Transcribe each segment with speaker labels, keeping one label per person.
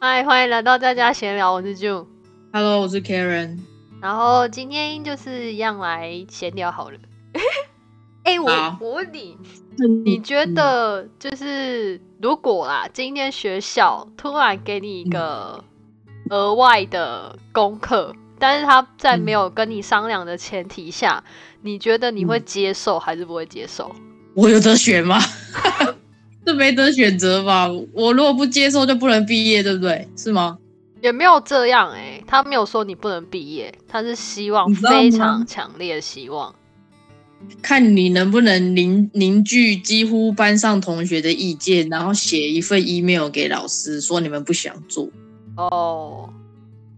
Speaker 1: 嗨，欢迎来到在家闲聊，我是 June。
Speaker 2: Hello，我是 Karen。
Speaker 1: 然后今天就是一样来闲聊好了。 哎、我
Speaker 2: 好
Speaker 1: 我问你，你觉得就是如果啦，今天学校突然给你一个额外的功课，但是他在没有跟你商量的前提下，你觉得你会接受还是不会接受？
Speaker 2: 我有得选吗？ 这没得选择吧？我如果不接受就不能毕业，对不对？是吗？
Speaker 1: 也没有这样哎、他没有说你不能毕业，他是希望
Speaker 2: 你知道吗
Speaker 1: 非常强烈的希望。
Speaker 2: 看你能不能凝凝聚几乎班上同学的意见，然后写一份 email 给老师，说你们不想做，
Speaker 1: 哦，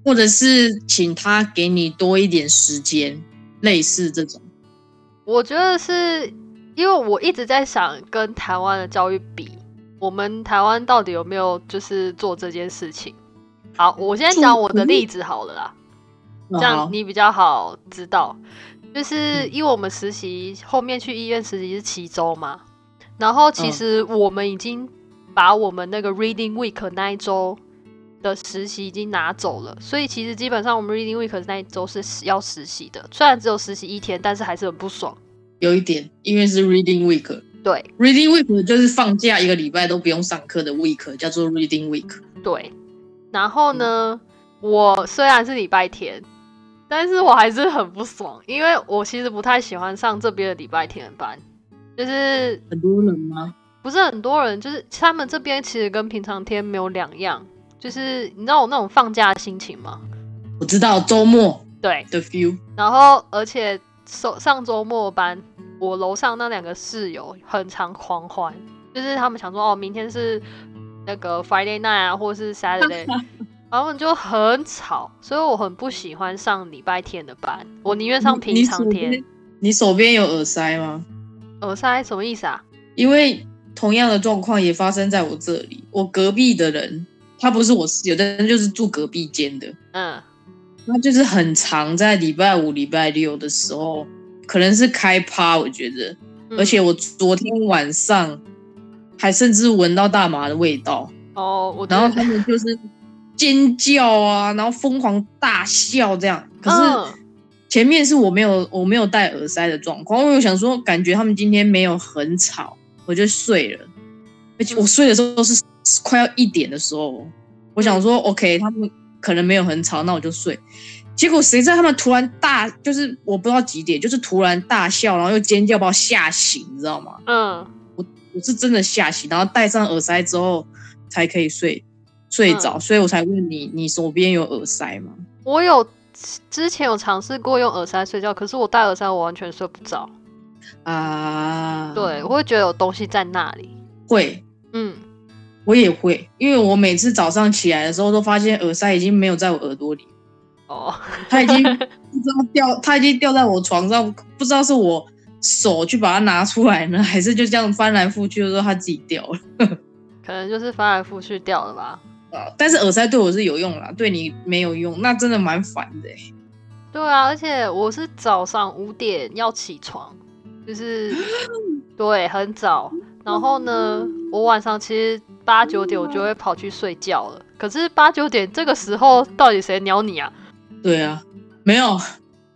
Speaker 2: 或者是请他给你多一点时间，类似这种。
Speaker 1: 我觉得是因为我一直在想跟台湾的教育比，我们台湾到底有没有就是做这件事情？好，我先讲我的例子好了啦，这样
Speaker 2: 嗯好嗯
Speaker 1: 你比较好知道。就是因为我们实习后面去医院实习是七周嘛，然后其
Speaker 2: 嗯
Speaker 1: 实我们已经把我们那个 Reading Week 那一周的实习已经拿走了，所以其实基本上我们 Reading Week 那一周是要实习的，虽然只有实习一天，但是还是很不爽。
Speaker 2: 有一点，因为是 Reading Week，Reading
Speaker 1: 对
Speaker 2: Week 就是放假一个礼拜都不用上课的 week，叫做 Reading Week。
Speaker 1: 对，然后呢，我虽然是礼拜天，但是我还是很不爽，因为我其实不太喜欢上这边的礼拜天的班，就是
Speaker 2: 很多人吗？
Speaker 1: 不是很多人，就是他们这边其实跟平常天没有两样，就是你知道我那种放假的心情吗？
Speaker 2: 我知道周末
Speaker 1: 对，
Speaker 2: 的 feel，
Speaker 1: 然后而且上上周末班，我楼上那两个室友很常狂欢，就是他们想说哦，明天是那个 Friday night 啊，或是 Saturday，然后他们就很吵，所以我很不喜欢上礼拜天的班，我宁愿上平常
Speaker 2: 你手
Speaker 1: 天
Speaker 2: 边。。你手边有耳塞吗？
Speaker 1: 耳塞什么意思啊？
Speaker 2: 因为同样的状况也发生在我这里。我隔壁的人，他不是我室友，但就是住隔壁间的，
Speaker 1: 嗯，
Speaker 2: 他就是很常在礼拜五、礼拜六的时候，可能是开趴，我觉得。
Speaker 1: 嗯
Speaker 2: 而且我昨天晚上还甚至闻到大麻的味道，
Speaker 1: 哦，我觉
Speaker 2: 然
Speaker 1: 得
Speaker 2: 后他们就是尖叫啊，然后疯狂大笑这样。可是。
Speaker 1: 嗯
Speaker 2: 前面是我没有我没有戴耳塞的状况，因为我想说感觉他们今天没有很吵，我就睡了。而
Speaker 1: 嗯
Speaker 2: 且我睡的时候是快要一点的时候，我想
Speaker 1: 嗯
Speaker 2: 说 OK，他们可能没有很吵，那我就睡。结果谁知道他们突然大，就是我不知道几点，就是突然大笑，然后又尖叫，把我吓醒，你知道吗？
Speaker 1: 嗯，
Speaker 2: 我是真的吓醒，然后戴上耳塞之后才可以睡睡
Speaker 1: 嗯
Speaker 2: 着，所以我才问你，你手边有耳塞吗？
Speaker 1: 我有之前有尝试过用耳塞睡觉，可是我戴耳塞我完全睡不着，
Speaker 2: 啊，
Speaker 1: 对，我会觉得有东西在那里。
Speaker 2: 会，
Speaker 1: 嗯，
Speaker 2: 我也会，因为我每次早上起来的时候，都发现耳塞已经没有在我耳朵里，
Speaker 1: 哦，
Speaker 2: 它已经不知道掉，它已经掉在我床上，不知道是我手去把它拿出来呢，还是就这样翻来覆去的时候它自己掉了。
Speaker 1: 可能就是翻来覆去掉了吧。
Speaker 2: 啊但是耳塞对我是有用啦，对你没有用，那真的蛮烦的欸、
Speaker 1: 对啊，而且我是早上五点要起床，就是 对很早。然后呢，我晚上其实八九点我就会跑去睡觉了。可是八九点这个时候，到底谁鸟你啊？
Speaker 2: 对啊，没有，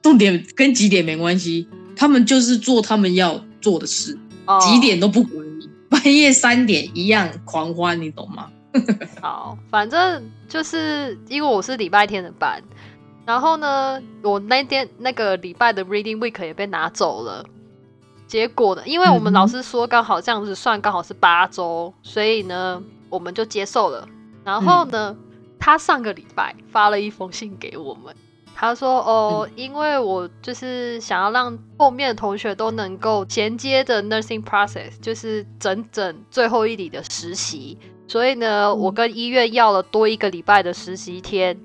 Speaker 2: 重点跟几点没关系，他们就是做他们要做的事，
Speaker 1: 哦
Speaker 2: 几点都不管你，半夜三点一样狂欢，你懂吗？
Speaker 1: 好，反正就是因为我是礼拜天的班，然后呢，我那天那个礼拜的 Reading Week 也被拿走了。结果呢，因为我们
Speaker 2: 嗯
Speaker 1: 老师说刚好这样子算刚好是八周，所以呢，我们就接受了。然后呢，他上个礼拜发了一封信给我们，他说：“哦，因为我就是想要让后面的同学都能够衔接着 nursing process，就是整整最后一里的实习，所以呢，我跟医院要了多一个礼拜的实习天。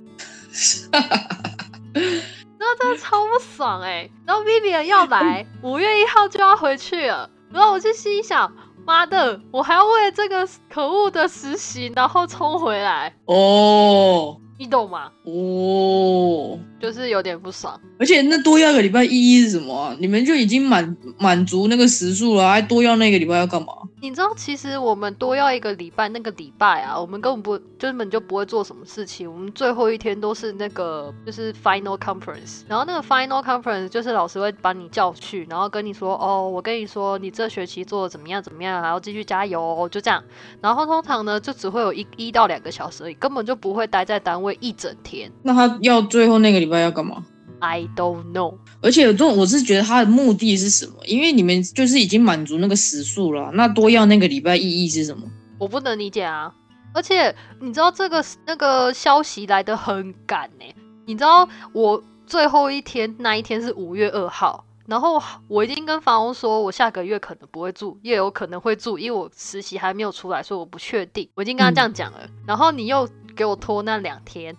Speaker 1: 那真的超不爽哎、然后 Vivian 要来，五月一号就要回去了，然后我就心想：妈的，我还要为了这个可恶的实习，然后冲回来，
Speaker 2: 哦
Speaker 1: 你懂吗？
Speaker 2: 哦，
Speaker 1: 就是有点不爽。
Speaker 2: 而且那多要一个礼拜意义是什么啊？你们就已经满满足那个时数了，还多要那个礼拜要干嘛？
Speaker 1: 你知道，其实我们多要一个礼拜，那个礼拜啊，我们根本不根本就不会做什么事情。我们最后一天都是那个就是 final conference，然后那个 final conference 就是老师会把你叫去，然后跟你说哦，我跟你说你这学期做的怎么样怎么样，还要继续加油、哦，就这样。然后通常呢，就只会有一一到两个小时而已，根本就不会待在单位一整天。
Speaker 2: 那他要最后那个礼拜要干嘛？
Speaker 1: I don't know。
Speaker 2: 而且有这种，我是觉得他的目的是什么？因为你们就是已经满足那个时数了啊，那多要那个礼拜意义是什么？
Speaker 1: 我不能理解啊！而且你知道这个那个消息来的很赶呢、你知道我最后一天那一天是五月二号，然后我已经跟房东说，我下个月可能不会住，也有可能会住，因为我实习还没有出来，所以我不确定。我已经跟他这样讲了，然后你又给我拖那两天，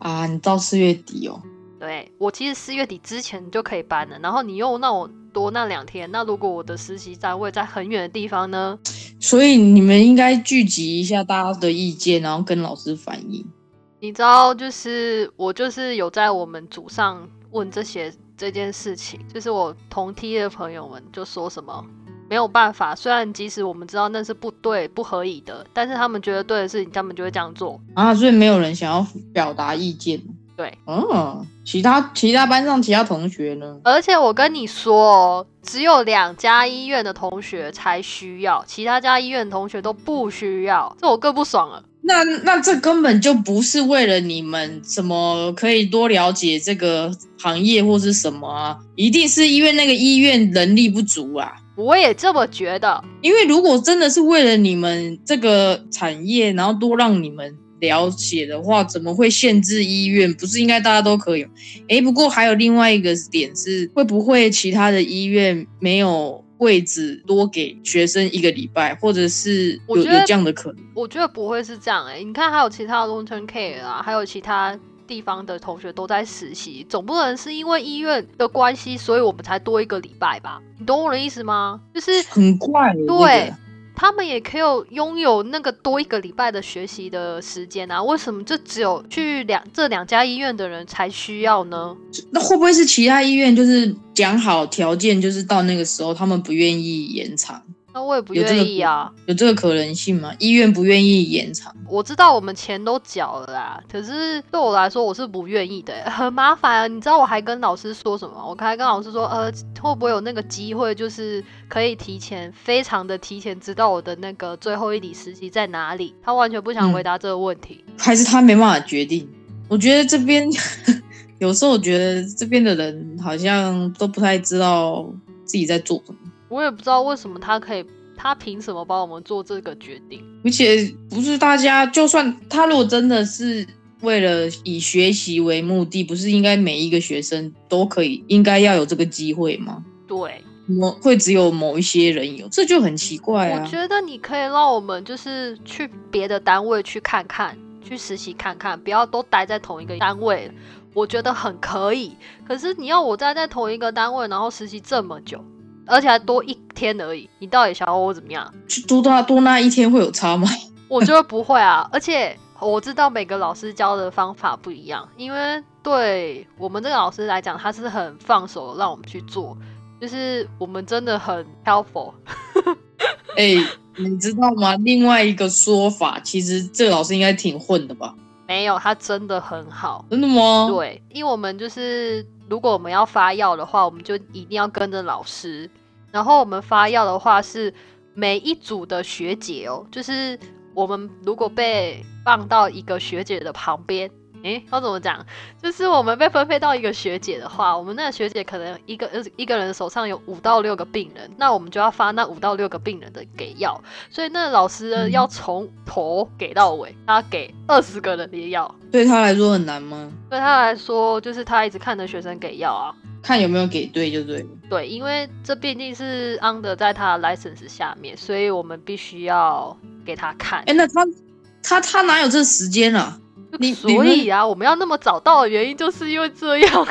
Speaker 2: 啊，你到四月底哦，
Speaker 1: 对我其实四月底之前就可以搬了，然后你又让我多那两天，那如果我的实习单位在很远的地方呢？
Speaker 2: 所以你们应该聚集一下大家的意见，然后跟老师反映。
Speaker 1: 你知道，就是我就是有在我们组上问这些这件事情，就是我同梯的朋友们就说什么没有办法，虽然即使我们知道那是不对、不合理的，但是他们觉得对的事情，他们就会这样做。
Speaker 2: 啊，所以没有人想要表达意见。
Speaker 1: 对，
Speaker 2: 嗯，其他其他班上其他同学呢？
Speaker 1: 而且我跟你说哦，只有两家医院的同学才需要，其他家医院的同学都不需要，这我更不爽了。
Speaker 2: 那那这根本就不是为了你们什么可以多了解这个行业或是什么啊，一定是因为那个医院人力不足啊。
Speaker 1: 我也这么觉得，
Speaker 2: 因为如果真的是为了你们这个产业，然后多让你们了解的话，怎么会限制医院？不是应该大家都可以吗？诶，不过还有另外一个点是，会不会其他的医院没有位置多给学生一个礼拜，或者是
Speaker 1: 我
Speaker 2: 有有
Speaker 1: 觉得
Speaker 2: 这样的可能？
Speaker 1: 我觉得不会是这样哎、你看还有其他的 long term care 啊，还有其他地方的同学都在实习，总不能是因为医院的关系，所以我们才多一个礼拜吧？你懂我的意思吗？就是
Speaker 2: 很怪、欸，
Speaker 1: 对。他们也可以有拥有那个多一个礼拜的学习的时间啊，为什么就只有去两这两家医院的人才需要呢？
Speaker 2: 那会不会是其他医院就是讲好条件，就是到那个时候他们不愿意延长，
Speaker 1: 那我也不
Speaker 2: 有这个
Speaker 1: 愿意啊。
Speaker 2: 有这个可能性吗？医院不愿意延长，
Speaker 1: 我知道我们钱都缴了啦，可是对我来说我是不愿意的欸，很麻烦啊。你知道我还跟老师说什么？我还跟老师说，呃，会不会有那个机会，就是可以提前，非常的提前知道我的那个最后一里实习在哪里？他完全不想
Speaker 2: 嗯
Speaker 1: 回答这个问题。
Speaker 2: 还是他没办法决定？我觉得这边 有时候我觉得这边的人好像都不太知道自己在做什么，
Speaker 1: 我也不知道为什么他可以，他凭什么帮我们做这个决定？
Speaker 2: 而且不是大家，就算他如果真的是。为了以学习为目的，不是应该每一个学生都可以，应该要有这个机会吗？
Speaker 1: 对，
Speaker 2: 我会只有某一些人有，这就很奇怪
Speaker 1: 我
Speaker 2: 啊。
Speaker 1: 觉得你可以让我们就是去别的单位去看看，去实习看看，不要都待在同一个单位，我觉得很可以。可是你要我待在同一个单位，然后实习这么久，而且还多一天而已，你到底想要我怎么样？
Speaker 2: 就多大多那一天会有差吗？
Speaker 1: 我觉得不会啊，而且我知道每个老师教的方法不一样，因为对我们这个老师来讲，他是很放手让我们去做，就是我们真的很 helpful。
Speaker 2: 哎、你知道吗？另外一个说法，其实这个老师应该挺混的吧？
Speaker 1: 没有，他真的很好。
Speaker 2: 真的吗？，
Speaker 1: 对，因为我们就是如果我们要发药的话，我们就一定要跟着老师。然后我们发药的话是每一组的学姐哦，就是我们如果被放到一个学姐的旁边。诶，要怎么讲？就是我们被分配到一个学姐的话，我们那个学姐可能一个呃一个人手上有五到六个病人，那我们就要发那五到六个病人的给药，所以那个老师呢
Speaker 2: 嗯
Speaker 1: 要从头给到尾，他给二十个人的药，
Speaker 2: 对他来说很难吗？
Speaker 1: 对他来说，就是他一直看着学生给药啊。
Speaker 2: 看有没有给对就对了。
Speaker 1: 对，因为这毕竟是 under 在他的 license 下面，所以我们必须要给他看。
Speaker 2: 哎、那他他他哪有这时间啊？你
Speaker 1: 所以啊，我们要那么早到的原因，就是因为这样。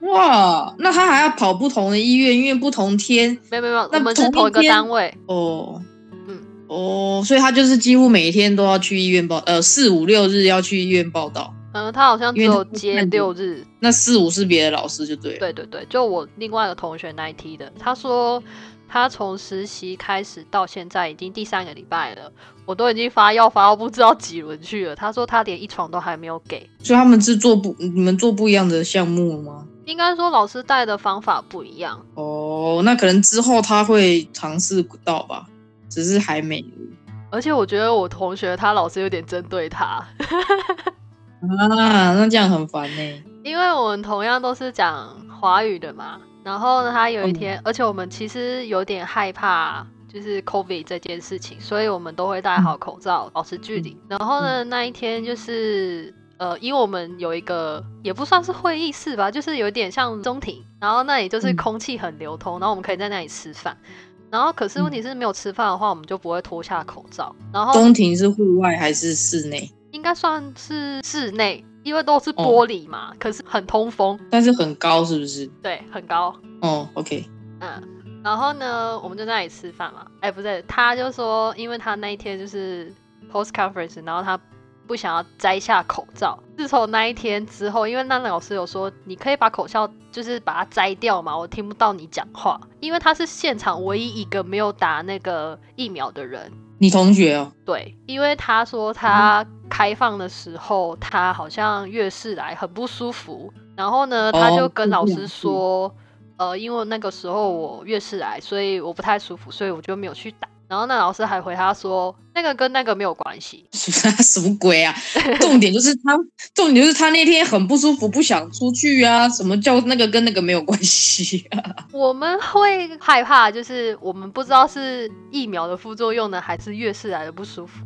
Speaker 2: 哇，那他还要跑不同的医院，因为不同天
Speaker 1: 没有没有没有，
Speaker 2: 那
Speaker 1: 我们是
Speaker 2: 同一
Speaker 1: 同一个
Speaker 2: 天
Speaker 1: 单位。
Speaker 2: 哦。
Speaker 1: 嗯
Speaker 2: 哦，所以他就是几乎每天都要去医院报，呃，四五六日要去医院报道。
Speaker 1: 嗯，他好像只
Speaker 2: 因为
Speaker 1: 有
Speaker 2: 他不
Speaker 1: 接
Speaker 2: 看你
Speaker 1: 六日。
Speaker 2: 那四五是别的老师就对了。
Speaker 1: 对对对，就我另外一个同学那一梯的，他说他从实习开始到现在已经第三个礼拜了，我都已经发药发到不知道几轮去了。他说他连一床都还没有给，
Speaker 2: 所以他们是做不你们做不一样的项目吗？
Speaker 1: 应该说老师带的方法不一样。
Speaker 2: 哦，那可能之后他会尝试到吧，只是还没
Speaker 1: 而且我觉得我同学他老师有点针对他，
Speaker 2: 啊，那这样很烦呢、
Speaker 1: 因为我们同样都是讲华语的嘛。然后呢，他有一
Speaker 2: 嗯
Speaker 1: 天，而且我们其实有点害怕。就是 COVID 这件事情，所以我们都会戴
Speaker 2: 嗯
Speaker 1: 好口罩，保持距离。然后呢，那一天就是呃，因为我们有一个也不算是会议室吧，就是有点像中庭，然后那里就是
Speaker 2: 嗯
Speaker 1: 空气很流通，然后我们可以在那里吃饭。然后可是问题是没有吃饭的话，我们就不会脱下口罩。然后
Speaker 2: 嗯中庭是户外还是室内？
Speaker 1: 应该算是室内，因为都是
Speaker 2: 哦
Speaker 1: 玻璃嘛，可是很通风，
Speaker 2: 但是很高是不是？
Speaker 1: 对，很高，
Speaker 2: 哦，OK，
Speaker 1: 嗯。然后呢，我们就在那里吃饭嘛，哎，不对，他就说，因为他那一天就是 post conference，然后他不想要摘下口罩。自从那一天之后，因为那老师有说，你可以把口罩就是把它摘掉嘛，我听不到你讲话，因为他是现场唯一一个没有打那个疫苗的人，
Speaker 2: 你同学哦，
Speaker 1: 对，因为他说
Speaker 2: 嗯
Speaker 1: 他开放的时候，他好像月事来很不舒服，然后呢，他
Speaker 2: 哦
Speaker 1: 就
Speaker 2: 嗯
Speaker 1: 跟老师说，呃，因为那个时候我月事来，所以我不太舒服，所以我就没有去打。然后那老师还回他说，那个跟那个没有关系。
Speaker 2: 什么鬼啊？重点就是他，重点就是他那天很不舒服，不想出去啊。什么叫那个跟那个没有关系啊？
Speaker 1: 我们会害怕，就是我们不知道是疫苗的副作用呢，还是月事来的不舒服。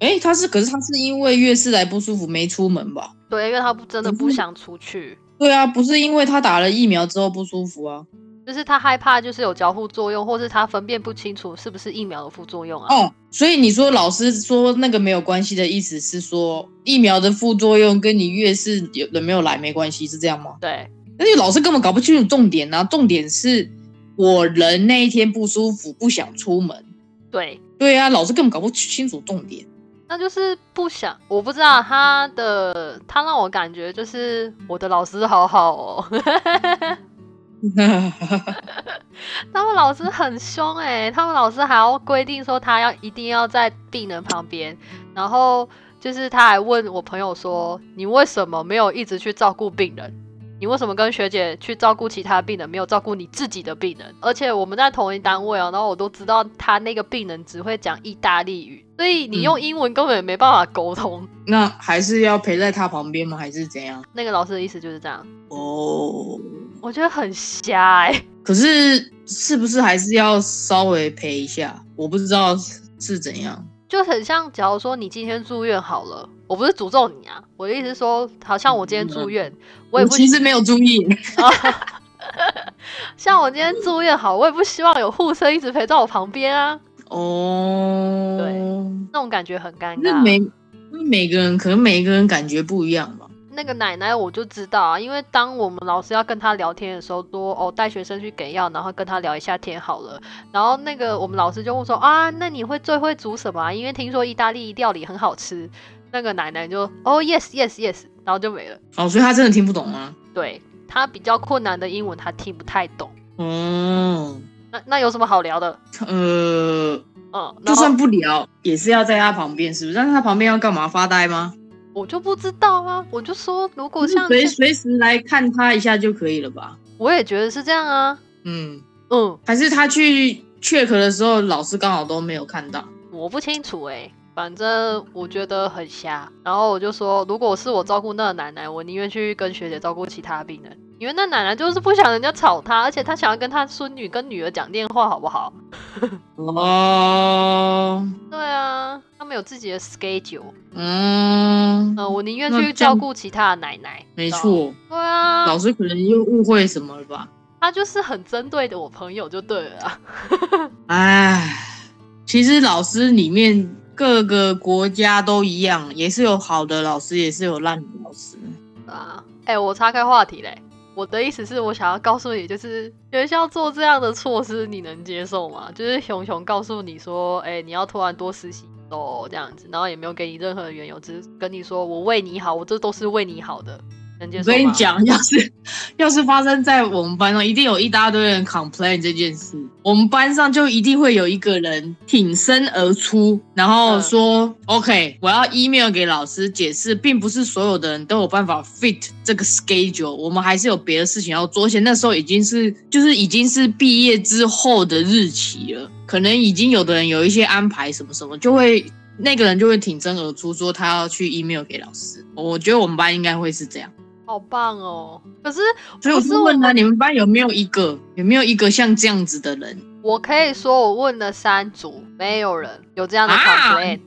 Speaker 2: 哎，他是，可是他是因为月事来不舒服没出门吧？
Speaker 1: 对，因为他不真的
Speaker 2: 嗯
Speaker 1: 不想出去，
Speaker 2: 对啊，不是因为他打了疫苗之后不舒服啊。
Speaker 1: 就是他害怕就是有交互作用，或是他分辨不清楚是不是疫苗的副作用啊。
Speaker 2: 哦，所以你说老师说那个没有关系的意思是说疫苗的副作用跟你月事有有没有来没关系，是这样吗？
Speaker 1: 对，
Speaker 2: 但是老师根本搞不清楚重点啊，重点是我人那一天不舒服，不想出门。
Speaker 1: 对，
Speaker 2: 对啊，老师根本搞不清楚重点。
Speaker 1: 那就是不想，我不知道他的，他让我感觉就是我的老师好好哦， 他们老师很凶哎、他们老师还要规定说他要一定要在病人旁边，然后就是他还问我朋友说，你为什么没有一直去照顾病人？你为什么跟学姐去照顾其他病人，没有照顾你自己的病人？而且我们在同一单位哦，然后我都知道他那个病人只会讲意大利语，所以你用英文根本没办法沟通。
Speaker 2: 那还是要陪在他旁边吗？还是怎样？
Speaker 1: 那个老师的意思就是这样，
Speaker 2: 哦，
Speaker 1: 我觉得很瞎哎、
Speaker 2: 可是是不是还是要稍微陪一下？我不知道是怎样。
Speaker 1: 就很像，假如说你今天住院好了，我不是诅咒你啊，我的意思是说，好像我今天住院，我也不
Speaker 2: 其实没有注意。
Speaker 1: 像我今天住院好，我也不希望有护生一直陪在我旁边啊，
Speaker 2: 哦，
Speaker 1: 对那种感觉很尴
Speaker 2: 那每
Speaker 1: 尬。
Speaker 2: 那每个人可能每个人感觉不一样吧。
Speaker 1: 那个奶奶我就知道啊，因为当我们老师要跟她聊天的时候，说哦带学生去给药，然后跟她聊一下天好了。然后那个我们老师就问说啊，那你会最会煮什么、啊？因为听说意大利料理很好吃。那个奶奶就哦 yes yes yes，然后就没了。
Speaker 2: 哦，所以他真的听不懂吗？
Speaker 1: 对他比较困难的英文他听不太懂。
Speaker 2: 哦，
Speaker 1: 那那有什么好聊的？
Speaker 2: 呃，
Speaker 1: 嗯，
Speaker 2: 就
Speaker 1: 然后
Speaker 2: 算不聊，也是要在他旁边，是不是？但是他旁边要干嘛？发呆吗？
Speaker 1: 我就不知道啊，我就说如果像
Speaker 2: 随
Speaker 1: 这
Speaker 2: 随时来看他一下就可以了吧？
Speaker 1: 我也觉得是这样啊，
Speaker 2: 嗯，
Speaker 1: 嗯，
Speaker 2: 还是他去 check 的时候，老师刚好都没有看到。
Speaker 1: 我不清楚哎、反正我觉得很瞎。然后我就说，如果是我照顾那个奶奶，我宁愿去跟学姐照顾其他病人，因为那奶奶就是不想人家吵她，而且她想要跟她孙女跟女儿讲电话，好不好？
Speaker 2: 哦，
Speaker 1: 对啊，他们有自己的 schedule，
Speaker 2: 嗯，
Speaker 1: 呃，我宁愿
Speaker 2: 那
Speaker 1: 去
Speaker 2: 这样
Speaker 1: 照顾其他的奶奶。
Speaker 2: 没错，
Speaker 1: 对啊，
Speaker 2: 老师可能又误会什么了吧？
Speaker 1: 他就是很针对的我朋友就对了啊。
Speaker 2: 唉，其实老师里面各个国家都一样，也是有好的老师，也是有烂的老师。
Speaker 1: 啊，哎、我岔开话题嘞。我的意思是我想要告诉你，就是学校做这样的措施，你能接受吗？就是熊熊告诉你说，哎、你要突然多实习哦，这样子，然后也没有给你任何的缘由，只是跟你说我为你好，我这都是为你好的。能接
Speaker 2: 我
Speaker 1: 受吗？
Speaker 2: 跟你讲，要是要是发生在我们班哦上，一定有一大堆人 complain 这件事。我们班上就一定会有一个人挺身而出，然后
Speaker 1: 嗯
Speaker 2: 说、OK，我要 email 给老师解释，并不是所有的人都有办法 fit 这个 schedule，我们还是有别的事情要做。而且那时候已经是就是已经是毕业之后的日期了，可能已经有的人有一些安排什么什么，就会。那个人就会挺身而出，说他要去 email 给老师。我觉得我们班应该会是这样。
Speaker 1: 好棒哦！可是
Speaker 2: 所以我
Speaker 1: 不
Speaker 2: 是
Speaker 1: 是
Speaker 2: 问
Speaker 1: 我
Speaker 2: 他，
Speaker 1: 们
Speaker 2: 你们班有没有一个有没有一个像这样子的人？
Speaker 1: 我可以说，我问了三组，没有人有这样的
Speaker 2: 啊
Speaker 1: complaint。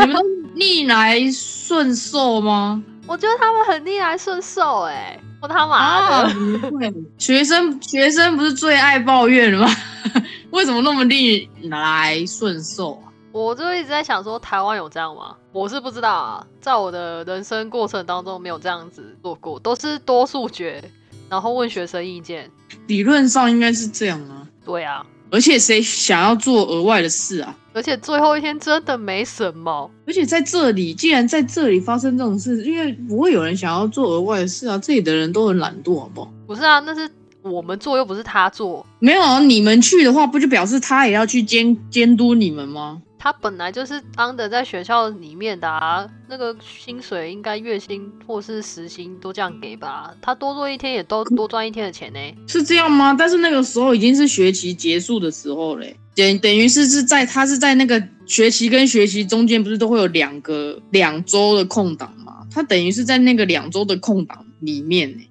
Speaker 2: 你们都逆来顺受吗？
Speaker 1: 我觉得他们很逆来顺受、哎，我他妈的，
Speaker 2: 怎么啊会， 学生学生不是最爱抱怨了吗？ 为什么那么逆来顺受啊？
Speaker 1: 我就一直在想说，台湾有这样吗？我是不知道啊，在我的人生过程当中没有这样子做过，都是多数决，然后问学生意见。
Speaker 2: 理论上应该是这样啊，
Speaker 1: 对啊，
Speaker 2: 而且谁想要做额外的事啊？
Speaker 1: 而且最后一天真的没什么，
Speaker 2: 而且在这里，既然在这里发生这种事，因为不会有人想要做额外的事啊，这里的人都很懒惰，好不好？
Speaker 1: 不是啊，那是我们做又不是他做，
Speaker 2: 没有啊，你们去的话，不就表示他也要去监监督你们吗？
Speaker 1: 他本来就是 under 在学校里面的啊，那个薪水应该月薪或是时薪都这样给吧，他多做一天也都多赚一天的钱呢、
Speaker 2: 是这样吗？但是那个时候已经是学期结束的时候嘞，等等于是是在他是在那个学期跟学期中间不是都会有两个两周的空档吗？他等于是在那个两周的空档里面呢，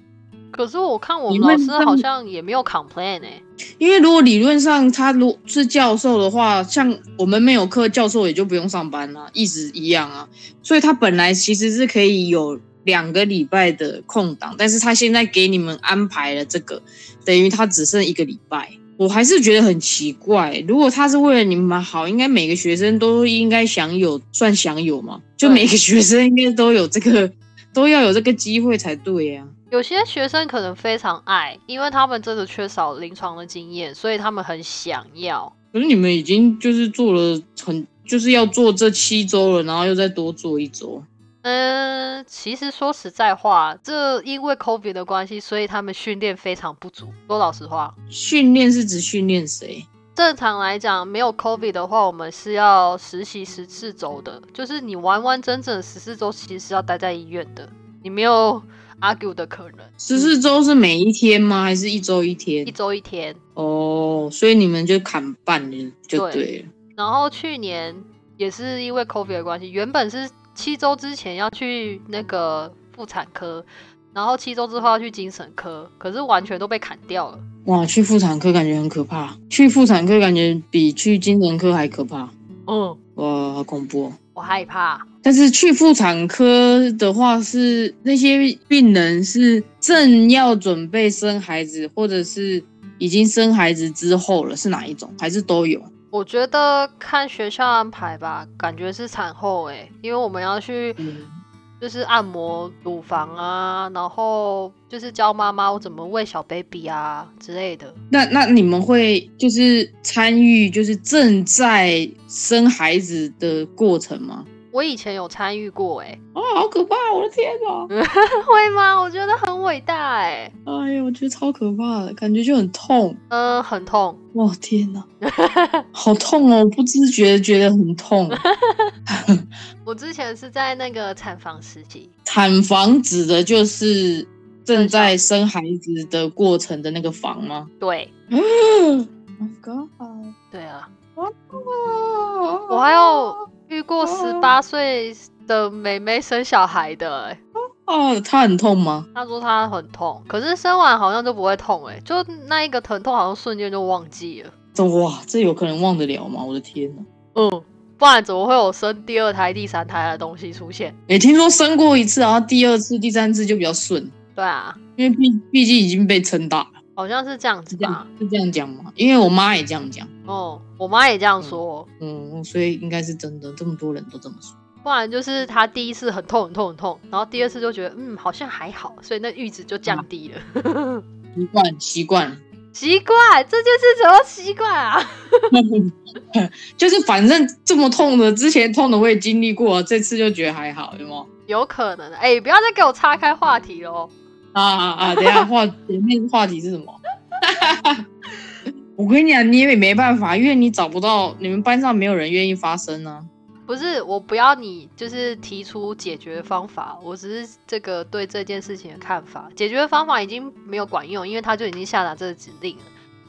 Speaker 1: 可是我看我们
Speaker 2: 你
Speaker 1: 老
Speaker 2: 问
Speaker 1: 师
Speaker 2: 他们
Speaker 1: 好像也没有 complain 呢、
Speaker 2: 因为如果理论上他如果是教授的话，像我们没有课，教授也就不用上班啦、一直一样啊，所以他本来其实是可以有。两个礼拜的空档，但是他现在给你们安排了这个，等于他只剩一个礼拜。我还是觉得很奇怪，如果他是为了你们好，应该每个学生都应该享有，算享有嘛？就
Speaker 1: 对
Speaker 2: 每个学生应该都有这个，都要有这个机会才对啊呀、
Speaker 1: 有些学生可能非常爱，因为他们真的缺少临床的经验，所以他们很想要。
Speaker 2: 可是你们已经就是做了很，就是要做这七周了，然后又再多做一周。
Speaker 1: 嗯，其实说实在话，这因为 COVID 的关系，所以他们训练非常不足。说老实话，
Speaker 2: 训练是指训练谁？
Speaker 1: 正常来讲，没有 COVID 的话，我们是要实习十四周的，就是你完完整整十四周，其实是要待在医院的，你没有 argue 的可能。
Speaker 2: 十四周是每一天吗？还是一周一
Speaker 1: 嗯一
Speaker 2: 天？
Speaker 1: 周一天，
Speaker 2: 哦，所以你们就砍半了，就
Speaker 1: 对
Speaker 2: 对了。
Speaker 1: 然后去年也是因为 COVID 的关系，原本是七周之前要去那个妇产科，然后七周之后要去精神科，可是完全都被砍掉了。
Speaker 2: 哇，去妇产科感觉很可怕，去妇产科感觉比去精神科还可怕，
Speaker 1: 嗯，
Speaker 2: 哇，好恐怖、哦。
Speaker 1: 我害怕。
Speaker 2: 但是去妇产科的话是，那些病人是正要准备生孩子，或者是已经生孩子之后了，是哪一种？还是都有？啊
Speaker 1: 我觉得看学校安排吧，感觉是产后诶、因为我们要去
Speaker 2: 嗯，
Speaker 1: 就是按摩乳房啊，然后就是教妈妈我怎么喂小 baby 啊之类的。
Speaker 2: 那那你们会就是参与就是正在生孩子的过程吗？
Speaker 1: 我以前有参与过欸诶、
Speaker 2: 啊、好可怕！我的天哪！
Speaker 1: 会吗？我觉得很伟大欸诶、
Speaker 2: 哎呀，我觉得超可怕的，感觉就很痛。
Speaker 1: 嗯、很痛。
Speaker 2: 哇天 哪，好痛哦！我不知觉觉得很痛。
Speaker 1: 我之前是在那个产房实习，
Speaker 2: 产房指的就是正在生孩子的过程的那个房吗
Speaker 1: 对
Speaker 2: ？My God！
Speaker 1: 对啊，我
Speaker 2: 我
Speaker 1: 还有遇过
Speaker 2: 哦
Speaker 1: 十八岁的妹妹生小孩的、欸，
Speaker 2: 哦，他很痛吗？
Speaker 1: 她说她很痛，可是生完好像就不会痛、欸，就那一个疼痛好像瞬间就忘记了，
Speaker 2: 这哇，这有可能忘得了吗？我的天哪！
Speaker 1: 嗯，不然怎么会有生第二胎、第三胎的东西出现？
Speaker 2: 也听说生过一次，然后第二次、第三次就比较顺，
Speaker 1: 对啊，
Speaker 2: 因为毕毕竟已经被撑大了，
Speaker 1: 好像是这样子
Speaker 2: 是这样
Speaker 1: 吧，
Speaker 2: 是这样讲吗？因为我妈也这样讲，
Speaker 1: 哦、我妈也这样说，哦
Speaker 2: 嗯，所以应该是真的，这么多人都这么说。
Speaker 1: 不然就是她第一次很痛很痛很痛，然后第二
Speaker 2: 嗯
Speaker 1: 次就觉得嗯好像还好，所以那阈值就降低了。
Speaker 2: 习惯习惯了，
Speaker 1: 奇怪，这件事怎么奇怪啊？
Speaker 2: 就是反正这么痛的，之前痛的我也经历过，这次就觉得还好，有吗？
Speaker 1: 有可能，哎、不要再给我岔开话题喽。
Speaker 2: 啊啊啊！等一 下话前面话题是什么？ 我跟你讲，你也没办法，因为你找不到，你们班上没有人愿意发声啊。
Speaker 1: 不是，我不要你就是提出解决方法，我只是这个对这件事情的看法。解决方法已经没有管用，因为他就已经下达这个指令了。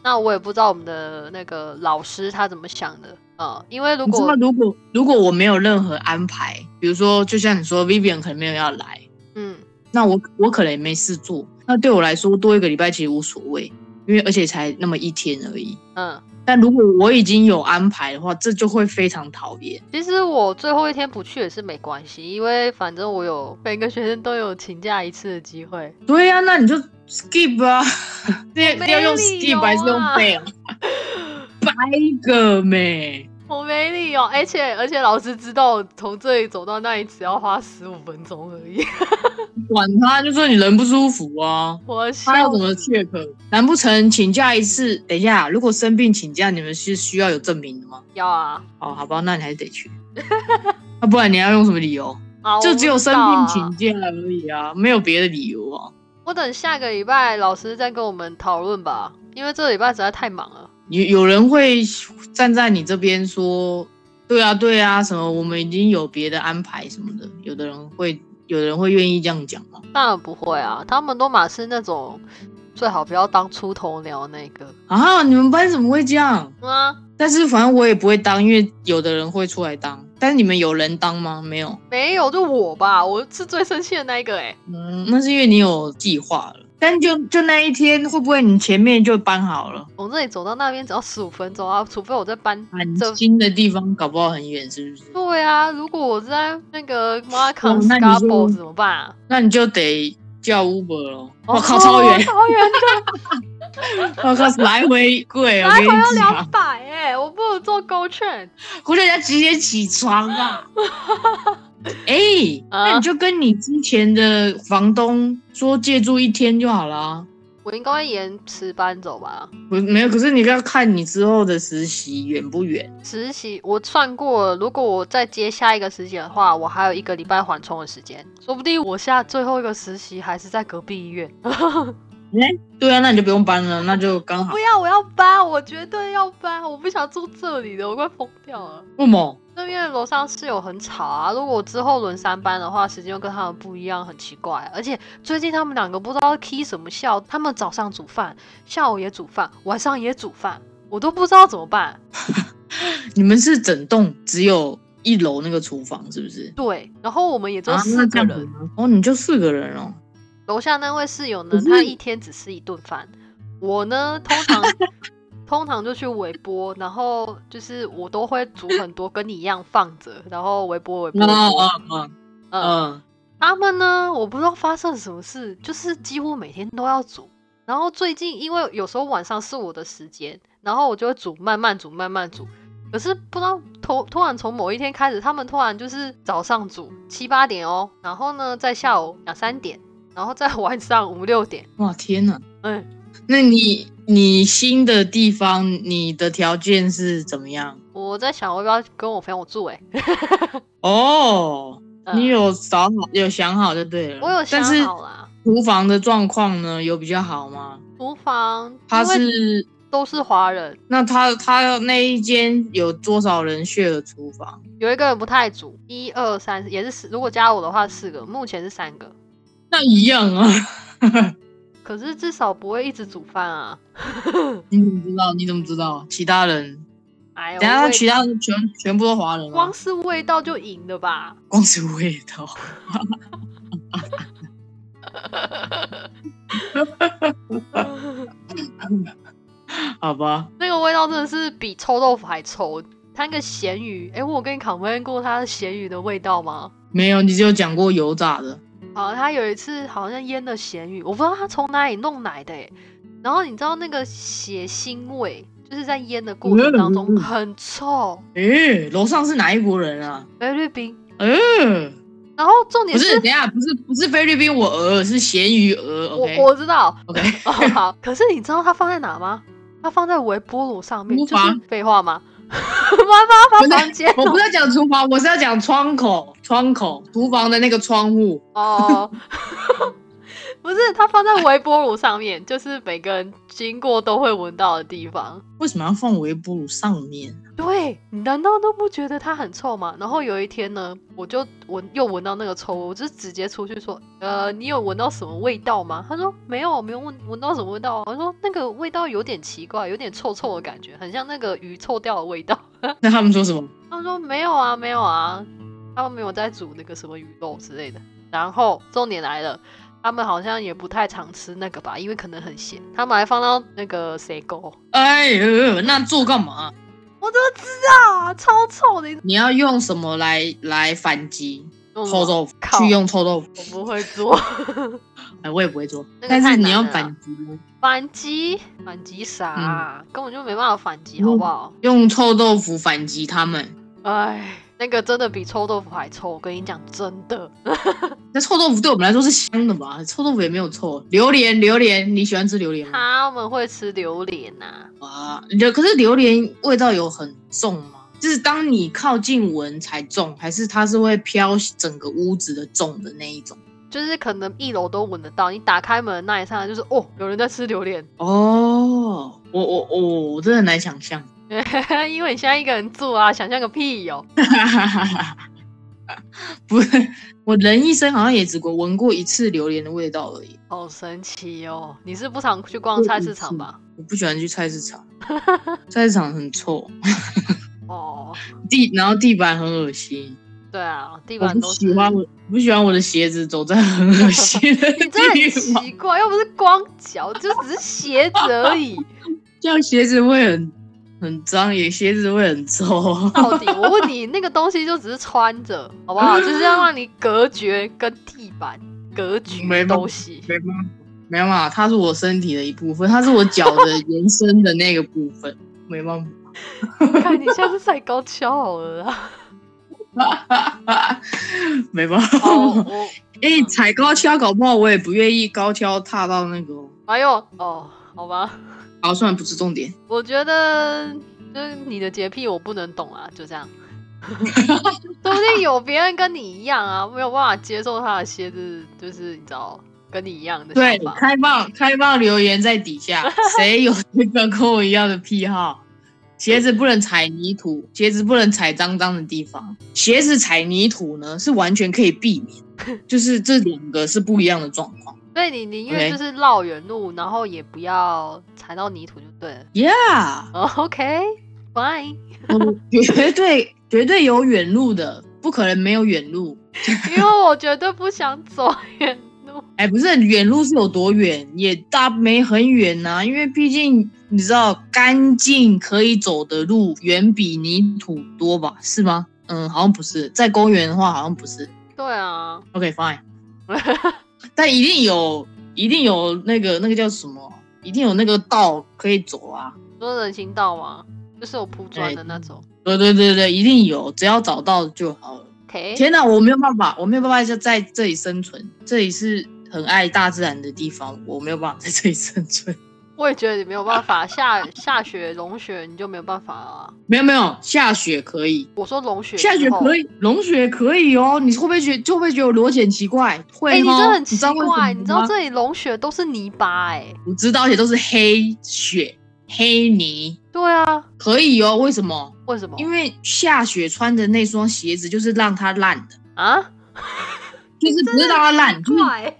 Speaker 1: 那我也不知道我们的那个老师他怎么想的，呃，因为如
Speaker 2: 你知道
Speaker 1: 果
Speaker 2: 如果如果我没有任何安排，比如说就像你说，Vivian 可能没有要来，
Speaker 1: 嗯
Speaker 2: 那我我可能也没事做。那对我来说，多一个礼拜其实无所谓，因为而且才那么一天而已。
Speaker 1: 嗯，
Speaker 2: 但如果我已经有安排的话，这就会非常讨厌。
Speaker 1: 其实我最后一天不去也是没关系，因为反正我有每个学生都有请假一次的机会。
Speaker 2: 对呀、那你就 skip 啊， 你
Speaker 1: 没
Speaker 2: 你要用
Speaker 1: 理由
Speaker 2: skip
Speaker 1: 啊
Speaker 2: 还是用 fail？掰个没，
Speaker 1: 我没理由，而且而且老师知道我从这里走到那里只要花十五分钟而已，
Speaker 2: 管他，就说你人不舒服啊。
Speaker 1: 我笑
Speaker 2: 他要怎么
Speaker 1: 死
Speaker 2: check？难不成请假一次？等一下，如果生病请假，你们是需要有证明的吗？
Speaker 1: 要啊？
Speaker 2: 哦，好吧，那你还是得 去。那、不然你要用什么理由？
Speaker 1: 啊，
Speaker 2: 就
Speaker 1: 我
Speaker 2: 只有
Speaker 1: 不知
Speaker 2: 生
Speaker 1: 道啊
Speaker 2: 病请假而已啊，没有别的理由啊。
Speaker 1: 我等下个礼拜老师再跟我们讨论吧，因为这个礼拜实在太忙了。
Speaker 2: 有有人会站在你这边说，对啊，对啊，什么我们已经有别的安排什么的，有的人会，有的人会愿意这样讲吗？
Speaker 1: 当然不会啊，他们都马是那种最好不要当出头鸟那个
Speaker 2: 啊，你们班怎么会这样？
Speaker 1: 啊，
Speaker 2: 但是反正我也不会当，因为有的人会出来当。但是你们有人当吗？没有，
Speaker 1: 没有就我吧，我是最生气的那一个哎、
Speaker 2: 嗯，那是因为你有计划了。但就就那一天，会不会你前面就搬好了？
Speaker 1: 从这里走到那边只要十五分钟啊，除非我在搬。
Speaker 2: 很
Speaker 1: 这
Speaker 2: 新的地方，搞不好很远，是不是？
Speaker 1: 对啊，如果我在那个 m a r k o
Speaker 2: 哇
Speaker 1: n s
Speaker 2: 哦那
Speaker 1: c
Speaker 2: 你
Speaker 1: a
Speaker 2: 就
Speaker 1: b o 怎么办啊？
Speaker 2: 那你就得叫 Uber 咯。我、
Speaker 1: 哦！
Speaker 2: 靠，超远
Speaker 1: 超 远，
Speaker 2: 我靠，来回贵，我
Speaker 1: 来
Speaker 2: 跟
Speaker 1: 回
Speaker 2: 你
Speaker 1: 要
Speaker 2: 讲
Speaker 1: 两，百哎，我不如坐 Go Train。
Speaker 2: 我人家几点起床 啊？哎、
Speaker 1: 啊
Speaker 2: 那你就跟你之前的房东说借住一天就好了啊。
Speaker 1: 我应该会延迟搬走吧？
Speaker 2: 不，没有，可是你要看你之后的实习远不远。
Speaker 1: 实习我算过了，如果我再接下一个实习的话，我还有一个礼拜缓冲的时间，说不定我下最后一个实习还是在隔壁医院。
Speaker 2: 对啊，那你就不用搬了，那就刚 好
Speaker 1: 不。要，我要搬，我绝对要搬，我不想住这里的，我快疯掉了。
Speaker 2: 不么？
Speaker 1: 那边楼上室友很吵啊，如果我之后轮三班的话，时间又跟他们不一样，很奇怪。而且最近他们两个不知道 k 什么笑，他们早上煮饭，下午也煮饭，晚上也煮饭，我都不知道怎么办。
Speaker 2: 你们是整栋只有一楼那个厨房是不是？
Speaker 1: 对，然后我们也就
Speaker 2: 啊，
Speaker 1: 四
Speaker 2: 那
Speaker 1: 个
Speaker 2: 这样
Speaker 1: 人
Speaker 2: 子。吗哦，你就四个人哦。
Speaker 1: 楼下那位室友呢
Speaker 2: 可，是
Speaker 1: 他一天只吃一顿饭。我呢，通 常通常就去微波，然后就是我都会煮很多，跟你一样放着，然后微波微波。微波
Speaker 2: 哦
Speaker 1: 嗯、
Speaker 2: 嗯，
Speaker 1: 他们呢，我不知道发生了什么事，就是几乎每天都要煮。然后最近因为有时候晚上是我的时间，然后我就会煮，慢慢煮，慢慢煮。可是不知道突突然从某一天开始，他们突然就是早上煮七八点哦，然后呢在下午两三点，然后在晚上五六点，
Speaker 2: 哇天哪！
Speaker 1: 嗯，
Speaker 2: 那你你新的地方，你的条件是怎么样？
Speaker 1: 我在想我要不要跟我朋友住、欸？哎、
Speaker 2: 哦， 你有找好，有想好就对
Speaker 1: 嗯
Speaker 2: 了。
Speaker 1: 我有想
Speaker 2: 但是
Speaker 1: 好啦，
Speaker 2: 厨房的状况呢，有比较好吗？
Speaker 1: 厨房
Speaker 2: 他
Speaker 1: 因为
Speaker 2: 是
Speaker 1: 都是华人，
Speaker 2: 那他他那一间有多少人 share 的厨房？
Speaker 1: 有一个人不太煮，一二三也是四，如果加我的话四个，目前是三个，
Speaker 2: 那一样啊。
Speaker 1: 可是至少不会一直煮饭啊。
Speaker 2: 你怎么知道？你怎么知道？其他人？
Speaker 1: 哎呦，
Speaker 2: 等一下他
Speaker 1: 味
Speaker 2: 其他人全全部都华人啊
Speaker 1: 光，是味道就赢了吧？
Speaker 2: 光是味道。 好吧，
Speaker 1: 那个味道真的是比臭豆腐还臭。它那个咸鱼，哎、我跟你 complain 过它的咸鱼的味道吗？
Speaker 2: 没有，你只有讲过油炸的。
Speaker 1: 好，哦他有一次好像腌了咸鱼，我不知道他从哪里弄来的、欸。然后你知道那个血腥味，就是在腌的过程当中
Speaker 2: 嗯
Speaker 1: 很臭。
Speaker 2: 诶，楼上是哪一国人啊？
Speaker 1: 菲律宾，
Speaker 2: 嗯，
Speaker 1: 然后重点
Speaker 2: 不是，等一下不是不是菲律宾我鹅，是咸鱼鹅。OK
Speaker 1: 我我知道
Speaker 2: OK，
Speaker 1: 哦好，可是你知道它放在哪吗？它放在微波炉上面，
Speaker 2: 厨
Speaker 1: 就是
Speaker 2: 房
Speaker 1: 废话吗？ 妈妈
Speaker 2: 不是
Speaker 1: 放房间
Speaker 2: 我不是要讲厨房，我是要讲窗口，窗口厨房的那个窗户。
Speaker 1: 哦，不是，它放在微波炉上面，就是每个人经过都会闻到的地方。
Speaker 2: 为什么要放微波炉上面？
Speaker 1: 对，你难道都不觉得它很臭吗？然后有一天呢，我就闻又闻到那个臭味，我就直接出去说，呃，你有闻到什么味道吗？他说没有，没有闻闻到什么味道啊。我说那个味道有点奇怪，有点臭臭的感觉，很像那个鱼臭掉的味道。
Speaker 2: 那他们说什么？
Speaker 1: 他说没有啊，没有啊，他们没有在煮那个什么鱼肉之类的。然后重点来了，他们好像也不太常吃那个吧，因为可能很咸。他们还放到那个谁沟，
Speaker 2: 哎呦，那做干嘛？
Speaker 1: 我都知道啊，超臭的。
Speaker 2: 你要用什么来来反击
Speaker 1: 臭
Speaker 2: 臭豆腐？
Speaker 1: 哦靠
Speaker 2: 去用臭豆腐，
Speaker 1: 我不会做
Speaker 2: 哎，我也不会做，
Speaker 1: 那个
Speaker 2: 但
Speaker 1: 太
Speaker 2: 是
Speaker 1: 难
Speaker 2: 你要
Speaker 1: 了
Speaker 2: 反嗯击，
Speaker 1: 反击，反击啥、啊根本就没办法反击，好不好？
Speaker 2: 用臭豆腐反击他们。
Speaker 1: 哎，那个真的比臭豆腐还臭，我跟你讲，真的。
Speaker 2: 那臭豆腐对我们来说是香的吧？臭豆腐也没有臭。榴莲，榴莲，你喜欢吃榴莲吗？
Speaker 1: 他们会吃榴莲呐、啊，
Speaker 2: 啊，榴可是榴莲味道有很重吗？就是当你靠近闻才重，还是它是会飘整个屋子的重的那一种？
Speaker 1: 就是可能一楼都闻得到，你打开门的那一刹那就是哦，有人在吃榴莲。
Speaker 2: 哦，我我我我真的很难想象。
Speaker 1: 因为你现在一个人住啊，想象个屁哟、
Speaker 2: 不是，我人一生好像也只过闻过一次榴莲的味道而已。
Speaker 1: 好神奇哦！你是不常去逛菜市场吧？
Speaker 2: 我不喜欢去菜市 场，菜市场很臭，
Speaker 1: 哦，
Speaker 2: 地然后地板很恶心。
Speaker 1: 对啊，地
Speaker 2: 我
Speaker 1: 板
Speaker 2: 不
Speaker 1: 都是
Speaker 2: 喜。欢我，我不喜欢我的鞋子走在很恶心的
Speaker 1: 你真的很
Speaker 2: 地方，
Speaker 1: 奇怪，又不是光脚，就只是鞋子而已。
Speaker 2: 这样鞋子会很很脏，也鞋子会很臭。
Speaker 1: 到底我问你，那个东西就只是穿 着，好不好？就是要让你隔绝跟地板隔
Speaker 2: 没
Speaker 1: 绝
Speaker 2: 办法
Speaker 1: 东西。
Speaker 2: 没办法，没办法，它是我身体的一部分，它是我脚 的延伸的那个部分，没办
Speaker 1: 看你下次再高跷好了 啦。
Speaker 2: 法， 没办法。
Speaker 1: 哦，我
Speaker 2: 哎、踩高跷，搞不好我也不愿意高跷踏到那个哦。
Speaker 1: 哎呦，哦，好吧。
Speaker 2: 好，算了，不是重点。
Speaker 1: 我觉得就是你的洁癖我不能懂啊，就这 样。说不定有别人跟你一样啊，没有办法接受他的鞋子，就是你知道跟你一样的
Speaker 2: 对
Speaker 1: 想，法。
Speaker 2: 开放开放留言在底 下，谁有这个跟我一样的癖好？鞋子不能踩泥土，鞋子不能踩脏脏的地方。鞋子踩泥土呢，是完全可以避免，就是这两个是不一样的状况。
Speaker 1: 所以你宁愿
Speaker 2: OK
Speaker 1: 就是绕远路，然后也不要踩到泥土就对了。
Speaker 2: Yeah，
Speaker 1: 哦、o k f i n
Speaker 2: 我绝对绝对有远路的，不可能没有远路。
Speaker 1: e 因为我绝对不想走 远路。
Speaker 2: 哎，不是远路是有多远，也大没很远呐、因为毕竟你知道，干净可以走的路远比泥土多吧？是吗？嗯，好像不是，在公园的话好像不是。
Speaker 1: 对啊，
Speaker 2: OK fine，但一定有，一定有那个那个叫什么，一定有那个道可以走啊。
Speaker 1: 说人行道嘛，就是有铺砖
Speaker 2: 哎
Speaker 1: 的那种。
Speaker 2: 对对对对，一定有，只要找到就好了。
Speaker 1: OK，
Speaker 2: 天哪，我没有办法，我没有办法在在这里生存，这里是很爱大自然的地方，我没有办法在这里生存。
Speaker 1: 我也觉得你没有办法，下 下雪融雪你就没有办法了啊、
Speaker 2: 没有没有，下雪可以，
Speaker 1: 我说融雪，
Speaker 2: 下雪可
Speaker 1: 以。
Speaker 2: 以，融雪可以哦。你会不会觉就会不会觉得我裸减奇怪？会
Speaker 1: 哎、你
Speaker 2: 哦
Speaker 1: 真的很奇
Speaker 2: 知道为什么
Speaker 1: 怪，你知道
Speaker 2: 吗
Speaker 1: 这里融雪都是泥巴哎、
Speaker 2: 我知道，而且都是黑雪、黑泥，
Speaker 1: 对啊，
Speaker 2: 可以哦。为什么？
Speaker 1: 为什么？
Speaker 2: 因为下雪穿的那双鞋子就是让它烂的，
Speaker 1: 啊，
Speaker 2: 就是不是让它烂，就是
Speaker 1: 怪，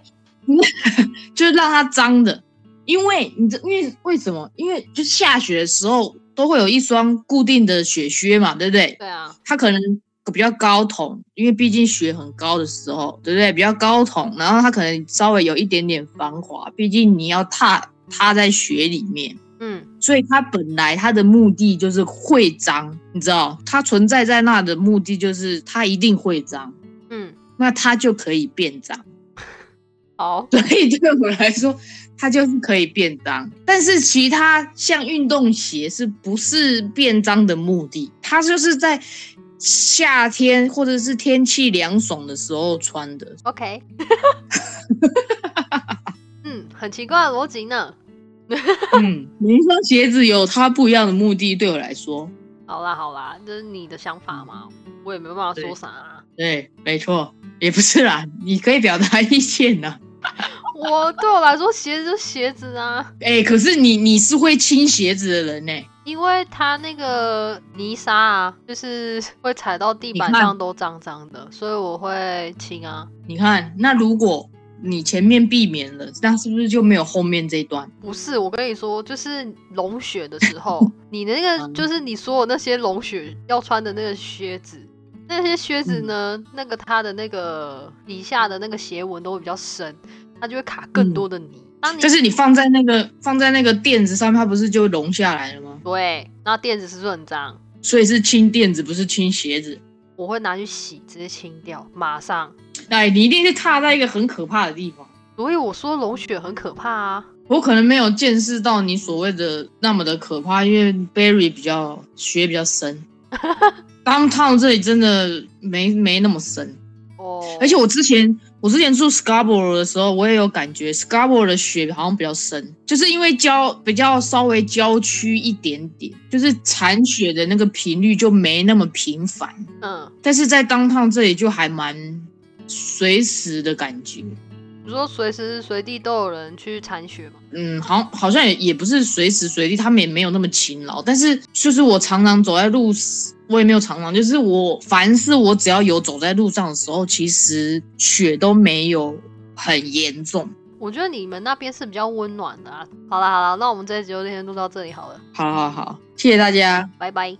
Speaker 2: 就是让它脏的。因为你这，因为为什么？因为就下雪的时候都会有一双固定的雪靴嘛，对不对？
Speaker 1: 对啊，
Speaker 2: 它可能比较高筒，因为毕竟雪很高的时候，对不对？比较高筒，然后它可能稍微有一点点防滑，毕竟你要踏踏在雪里面，
Speaker 1: 嗯，
Speaker 2: 所以它本来它的目的就是会脏，你知道，它存在在那的目的就是它一定会脏，
Speaker 1: 嗯，
Speaker 2: 那它就可以变脏。
Speaker 1: 好，
Speaker 2: 所以对我来说，它就是可以变脏。但是其他像运动鞋是不是变脏的目的？它就是在夏天或者是天气凉爽的时候穿的。
Speaker 1: OK，嗯，很奇怪的逻辑呢。
Speaker 2: 嗯，每一双鞋子有它不一样的目的，对我来说，
Speaker 1: 好啦好啦，这是你的想法嘛，我也没办法说啥、啊。
Speaker 2: 对，没错，也不是啦，你可以表达意见呐。
Speaker 1: 我对我来说，鞋子就鞋子啊，
Speaker 2: 哎、可是你你是会清鞋子的人呢、
Speaker 1: 因为它那个泥沙啊，就是会踩到地板
Speaker 2: 你看
Speaker 1: 上都脏脏的，所以我会清啊。
Speaker 2: 你看，那如果你前面避免了，那是不是就没有后面这一段？
Speaker 1: 不是，我跟你说，就是融雪的时 候，你的那个
Speaker 2: 嗯
Speaker 1: 就是你所有那些融雪要穿的那个靴子，那些靴子
Speaker 2: 嗯
Speaker 1: 呢，那个它的那个底下的那个鞋纹都会比较深，它就会卡更多的泥。当你
Speaker 2: 嗯就是你放在那个放在那个垫子上面，它不是就融下来了吗？
Speaker 1: 对，那垫子是不是很脏？
Speaker 2: 所以是清垫子，不是清鞋子。
Speaker 1: 我会拿去洗，直接清掉，马上。
Speaker 2: 哎，你一定是踏在一个很可怕的地方。
Speaker 1: 所以我说融雪很可怕啊。
Speaker 2: 我可能没有见识到你所谓的那么的可怕，因为 Barry 比较学比较深，Downtown 这里真的没没那么深。
Speaker 1: 哦，
Speaker 2: 而且我之前我之前住 Scarborough 的时候，我也有感觉 Scarborough 的雪好像比较深，就是因为郊比较稍微郊区一点点，就是铲雪的那个频率就没那么频繁。
Speaker 1: 嗯，
Speaker 2: 但是在 Downtown 这里就还蛮随时的感觉。
Speaker 1: 你说随时随地都有人去铲雪嘛？
Speaker 2: 嗯，好，好像也也不是随时随地，他们也没有那么勤劳。但是就是我常常走在路，我也没有常常，就是我凡是我只要有走在路上的时候，其实雪都没有很严重。
Speaker 1: 我觉得你们那边是比较温暖的啊。好啦好啦，那我们这一集就先录到这里好了，
Speaker 2: 好好好，谢谢大家。
Speaker 1: 拜拜。